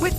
With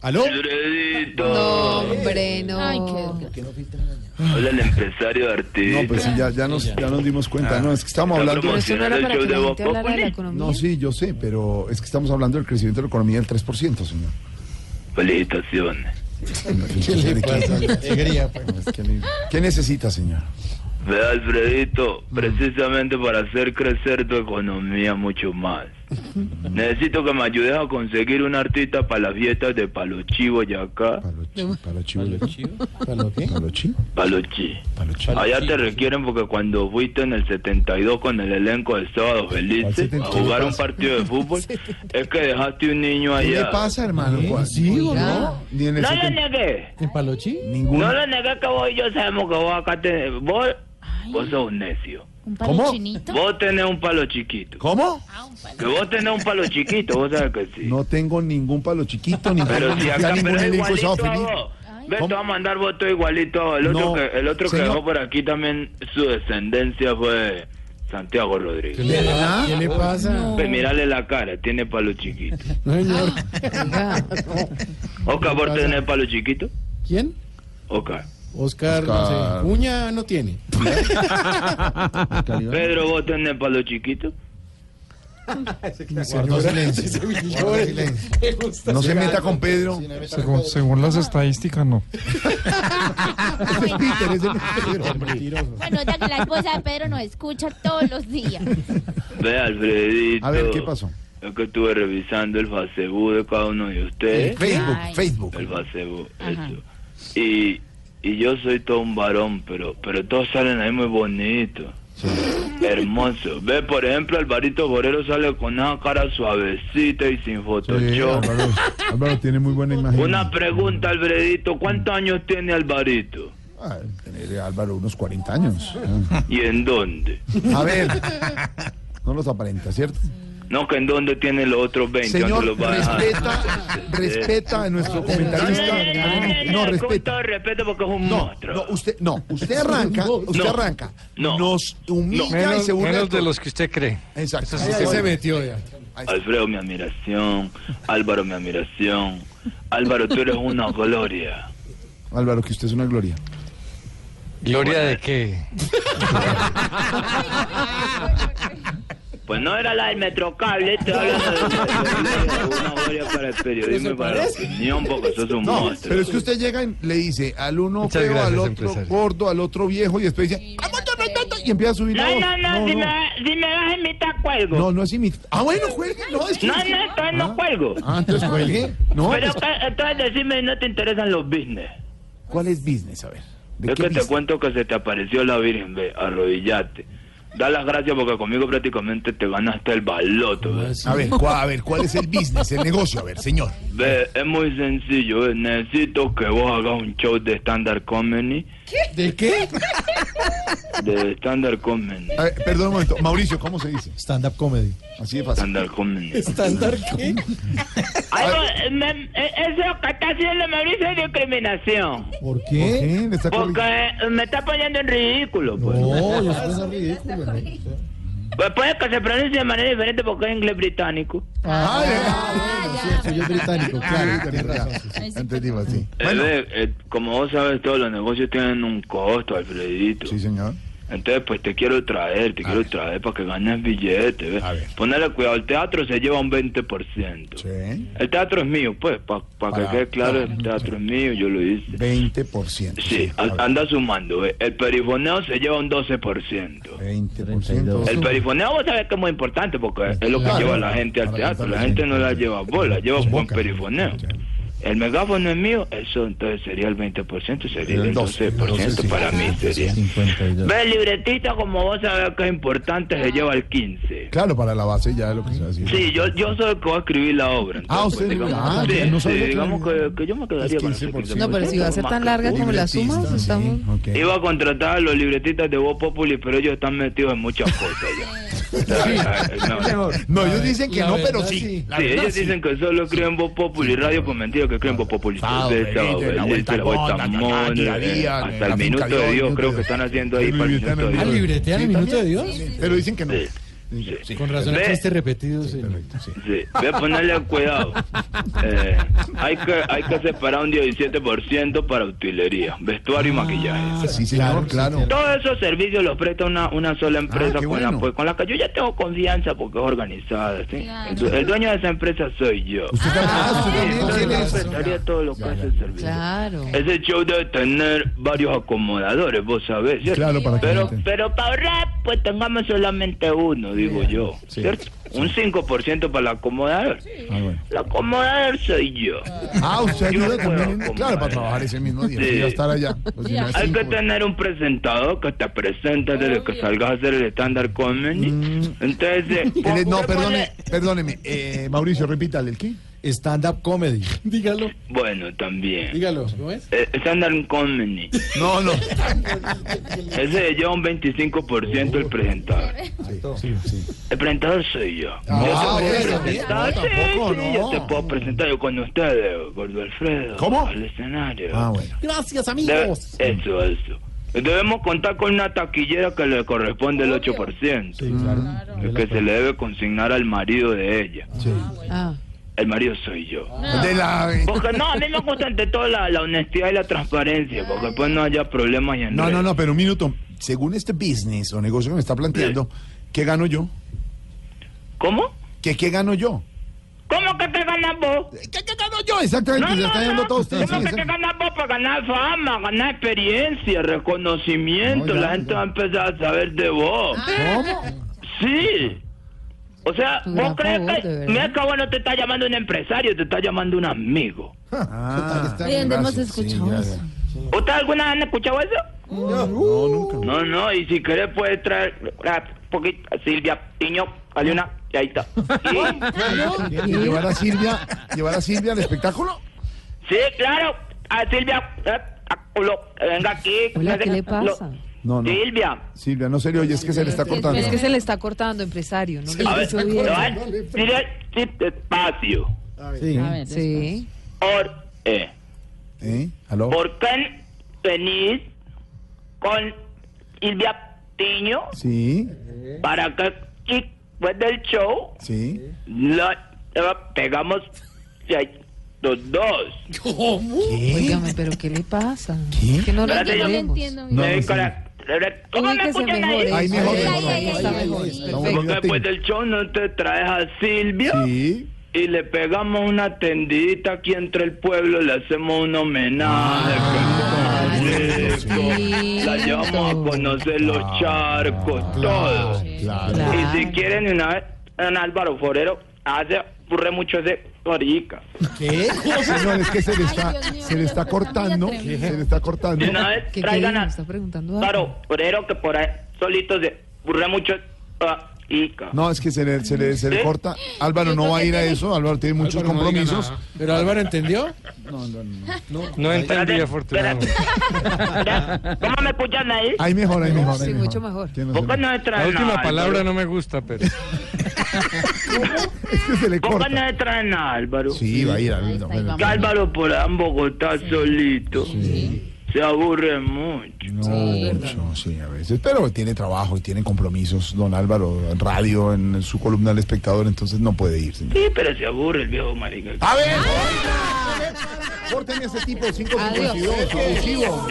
¿Aló? No, hombre, no. Hola, el empresario artista. No, pues sí, ya, ya, nos, ya nos dimos cuenta. No, es que estamos Está hablando. Pero eso no era para que la gente hablara de la No, economía. sí, yo sé, pero es que estamos hablando del crecimiento de la economía del 3%, señor. Felicitaciones. ¿Qué le pasa? Alegría, pues. ¿Qué necesita, señor? Ve, Alfredito, Mm. precisamente para hacer crecer tu economía mucho más. Necesito que me ayudes a conseguir un artista para las fiestas de Palochivo y acá. ¿Para los chi- para los chivos? ¿Para los chi? Palochi. ¿Para los chi? Allá te requieren porque cuando fuiste en el 72 con el elenco de Sábado Felices a 72? jugar un partido de fútbol, es que dejaste un niño ¿Qué le allá. pasa, hermano? ¿Sí o no? Ni en el No lo seten- negué. ningún- No lo negué que vos y yo sabemos que vos acá tenés... Vos, vos sos un necio. ¿Cómo? Vos tenés un palo chiquito. ¿Cómo? Que vos tenés un palo chiquito, vos sabes que sí. No tengo ningún palo chiquito, ni pero tengo si acá ningún pero es elenco igualito sábado a feliz. vos. Ve, te ¿Cómo? va a mandar voto igualito a vos. El otro, No, que, el otro que señor. dejó por aquí también, su descendencia fue Santiago Rodríguez. ¿Verdad? Ve, mirale la cara, tiene palo chiquito. Oiga, Oca, ¿vos tenés palo chiquito? ¿Quién? Oca. Oscar, Oscar. no sé. Uña no tiene. Pedro, ¿vos tenés palo chiquito? Guarda silencio. Guarda silencio. No se meta con Pedro. Según, según las estadísticas, no. Ese es Peter, ese es Pedro. Bueno, ya que la esposa de Pedro nos escucha todos los días. Ve, Alfredito. A ver, ¿qué pasó? Es que estuve revisando el Facebook de cada uno de ustedes. Eh, Facebook, Ay. ¿Eh? El Facebook. basebo, eso. Y, y yo soy todo un varón, pero, pero todos salen ahí muy bonitos. Hermoso. Ve, por ejemplo, Alvarito Borero sale con una cara suavecita y sin Sí, Photoshop. Eh, Álvaro, Álvaro tiene muy buena imagen. Una pregunta, Alfredito. ¿Cuántos años tiene Alvarito? Ah, tener Álvaro unos 40 años. Ah. ¿Y en dónde? A ver, no los aparenta, ¿cierto? No, que en dónde tiene los otros 20. Señor, ¿Dónde los va a dejar? respeta, respeta a nuestro comentarista. No, Con respeta. todo respeto porque es un No, monstruo. no, usted, no, usted arranca, usted No. arranca, No. nos humilla y se burla todo. que usted cree. Exacto. Se metió ya. Alfredo, mi admiración. Álvaro, mi admiración. Álvaro, tú eres una gloria. Álvaro, que usted es una gloria. ¿Gloria de qué? Pues no era la del Metrocable, te hablando de una gloria para el periodismo y para la opinión, porque sos un No, monstruo. pero es que usted llega y le dice al uno Muchas feo, al gracias, otro empresario. gordo, al otro viejo y después dice, "Vamos, yo no tanto", y empieza a subir la No, voz. no, no, si, Me, si me vas a invitar, cuelgo. No, No, no es imitar. Ah, bueno, juegue. No, es que- no, entonces no cuelgo. Ah, entonces juegue. No, Pero es- que, entonces decime, no te interesan los business. ¿cuál es business? A ver. ¿de Es que qué te business? cuento que se te apareció la Virgen, ve, arrodillate. Da las gracias porque conmigo prácticamente te ganaste el baloto, ve. A ver, cua- a ver, ¿cuál es el business, el negocio? A ver, señor. Ve, es muy sencillo, ve. necesito que vos hagas un show de stand-up comedy, ¿De qué? de stand-up comedy, A ver, perdón un momento. Mauricio, ¿cómo se dice? Stand-up comedy. Así de fácil. stand-up comedy. ¿Estándar qué? Ay, no, me- eh, eso que está haciendo Mauricio es discriminación. ¿Por ¿Por qué? qué? ¿Le está Porque corrigiendo? eh, me está poniendo en ridículo. Pues. No, yo soy una ridícula. ¿no? Pues puede que se pronuncie de manera diferente porque es inglés británico. Ah, Soy yo británico, claro. tienes razón, sí, sí. Entendimos, sí. Eh, ve, eh, como vos sabes, todos los negocios tienen un costo, Alfredito. Sí, señor. Entonces, pues te quiero traer, te quiero traer para que ganes billetes. ¿ves? A ver. Ponele cuidado, el teatro se lleva un 20%. Sí. El teatro es mío, pues, para Para- que quede claro, el teatro es mío, yo lo hice. 20%. Sí, a a- ver, anda sumando, ¿ves? el perifoneo se lleva un 12%. 20%. El perifoneo vos sabés que es muy importante porque es lo que Claro. lleva la gente al Para teatro. La levantar la gente gente. no la lleva a vos, la lleva Con con boca. perifoneo. El megáfono es mío, eso entonces sería el 20%, sería el 12%, para mí sería. Ve, libretita, como vos sabés que es importante, se lleva el 15. Claro, para la base ya es lo que se va a decir. Sí, yo, yo soy el que va a escribir la obra. Ah, entonces, usted digamos, ah, sí, ya no sí, sabía que- digamos que, que yo me quedaría con el 15%. No, pero si va a ser tan larga como las sumas, estamos. Iba a contratar a los libretistas de Voz Populi, pero ellos están metidos en muchas cosas ya. eh, No, no. No, ellos dicen que La no, verdad, pero sí. sí. La Sí, verdad, ellos sí. dicen que solo creen Voz Populi Radio, pues mentira que creen Voz Populi. Sábado, Ustedes, sábado, Benítez, la Benítez, vuelta la vuelta al al Monte, Monte, la día, eh, hasta la el finca minuto Dios, de Dios, creo minuto de que Dios. están haciendo ahí El para el minuto de minuto de Dios. Ah, Dios. libretean el Sí, minuto de también. Dios. Pero dicen que no. Sí. Sí, Con razón, Ve. el chiste repetido, sí. Perfecto, sí. Sí, voy a ponerle cuidado. Eh, hay, que, hay que separar un 17% para utilería, vestuario y Ah. maquillaje. Sí, señor, claro. Todos esos servicios los presta una, una sola empresa Ah, qué con, la, bueno. pues, con la que yo ya tengo confianza porque es organizada. ¿sí? El, du- el dueño de esa empresa soy yo. Usted está- ah, usted también Entonces, tiene yo eso. prestaría todo lo que hace el servicio. Claro. Ese show debe tener varios acomodadores, vos sabés, ¿cierto? Claro, para que pero, gente- pero para ahorrar, pues tengamos solamente uno, digo yo, sí, ¿cierto? Un 5% para el acomodador. Ah, bueno. El acomodador soy yo. Ah, usted Yo ayuda no puedo también. con Claro, madre. para trabajar ese mismo día. Sí. Y va a estar allá. Pues, si no es Hay cinco. que tener un presentador que te presenta desde que salgas a hacer el stand-up comedy. Entonces, eh, Mm. Él es- no, vos- vos perdone, perdóneme. Eh, Mauricio, repítale, ¿el qué? Stand-up comedy. Dígalo, pone- Bueno, también. dígalo. ¿No es? Eh, Stand-up comedy. No, no. Ese lleva un 25% el presentador. El presentador soy yo. yo te puedo Ah, bueno, presentar, bien, sí, tampoco, sí, yo no. te puedo presentar yo con ustedes, Gordo Alfredo. ¿Cómo? Al escenario. Ah, bueno. Gracias, De- amigos. eso, eso. Debemos contar con una taquillera que le corresponde el 8%, que se le debe consignar al marido de ella. Ah, El marido soy yo. De la. Porque no, a mí me gusta ante todo la, la honestidad y la transparencia, porque después no haya problemas y en No, redes. no, no, pero un minuto. Según este business o negocio que me está planteando, ¿qué gano yo? ¿Cómo? ¿Qué, qué gano yo? ¿Cómo que te ganas vos? ¿Qué, qué gano yo? Exactamente, No, Eh, se no, está no. yendo todo ¿Cómo usted. sí, que te exacto. ganas vos para ganar fama, ganar experiencia, reconocimiento? No, ya, la gente ya. va a empezar a saber de vos. ¿Cómo? Sí. O sea, Tu gran vos crees favor, de que... verdad. Mira que ahora no te está llamando un empresario, te está llamando un amigo. Ah, Bien, hemos gracias, sí, escuchado ya, eso. ya. ¿Ustedes alguna vez han escuchado eso? No, nunca. No, no, y si querés puedes traer ah, poquito, a Silvia Piño, dale una, y ahí está. Y- ¿Y llevar a Silvia, llevar a Silvia al espectáculo? sí, claro, a Silvia, eh, a- lo- venga aquí. Hola, ¿qué le lo- pasa? No, no. Silvia, Silvia, no serio, oye, es que se le está cortando. Es que se le está cortando, empresario. No a le ver, hizo bien. a ver, Silvia, sí, despacio. Sí. A ver, Sí. Or, eh, ¿Eh? ¿Aló? ¿Por qué venís con Silvia Piño Sí, para que aquí, después del show sí. la, la pegamos eh, los dos? Óigame, pero ¿qué le pasa? ¿Qué? Es que no lo Espérate, yo- No le entendemos. entiendo. No, Me no, di sí. cara- ¿Cómo Tiene me que se escuchan ahí? mejore. Ahí mejor, Ay, mejor, ay, mejor. ay, ay, ay. Estamos Perfecto. Porque volviendo después a ti. del show no te traes a Silvia Sí. y le pegamos una tendidita aquí entre el pueblo, le hacemos un homenaje. que es un sí. rico, la llevamos a conocer Ah, los charcos, todo. Claro. Claro. Y si quieren, una vez, en Álvaro Forero hace ocurre mucho de corica. ¿Qué? Señor, es que se le está, Ay, Dios mío, se le está Dios, cortando, está muy se le está cortando. Y una vez ¿Qué, qué traigan dijo? a está preguntando algo. Álvaro Forero que por ahí solito se ocurre mucho de corica. No, es que se le, se le, se le ¿Sí? corta. Álvaro no va a ir a eso, Álvaro tiene muchos Álvaro no diga compromisos. nada. Pero Álvaro entendió. No entendí, Espérate, afortunadamente. espérate. ¿Cómo me escuchan ahí? Ahí mejor, ahí mejor. ahí Sí, mucho mejor. Tiene ¿Por qué razón. no me traen La última nada, palabra Álvaro? no me gusta, pero... Es que se le ¿Por qué no corta. me traen a Álvaro? Sí, va a ir. Álvaro. Bueno, Que Álvaro por ahí en Bogotá solito. Se aburre mucho. No, mucho, sí, a veces. Pero tiene trabajo y tiene compromisos, don Álvaro, en radio, en su columna El Espectador, entonces no puede ir, señor. Sí, pero se aburre el viejo marica. A ver. Córtenme a ese tipo 552, abusivo.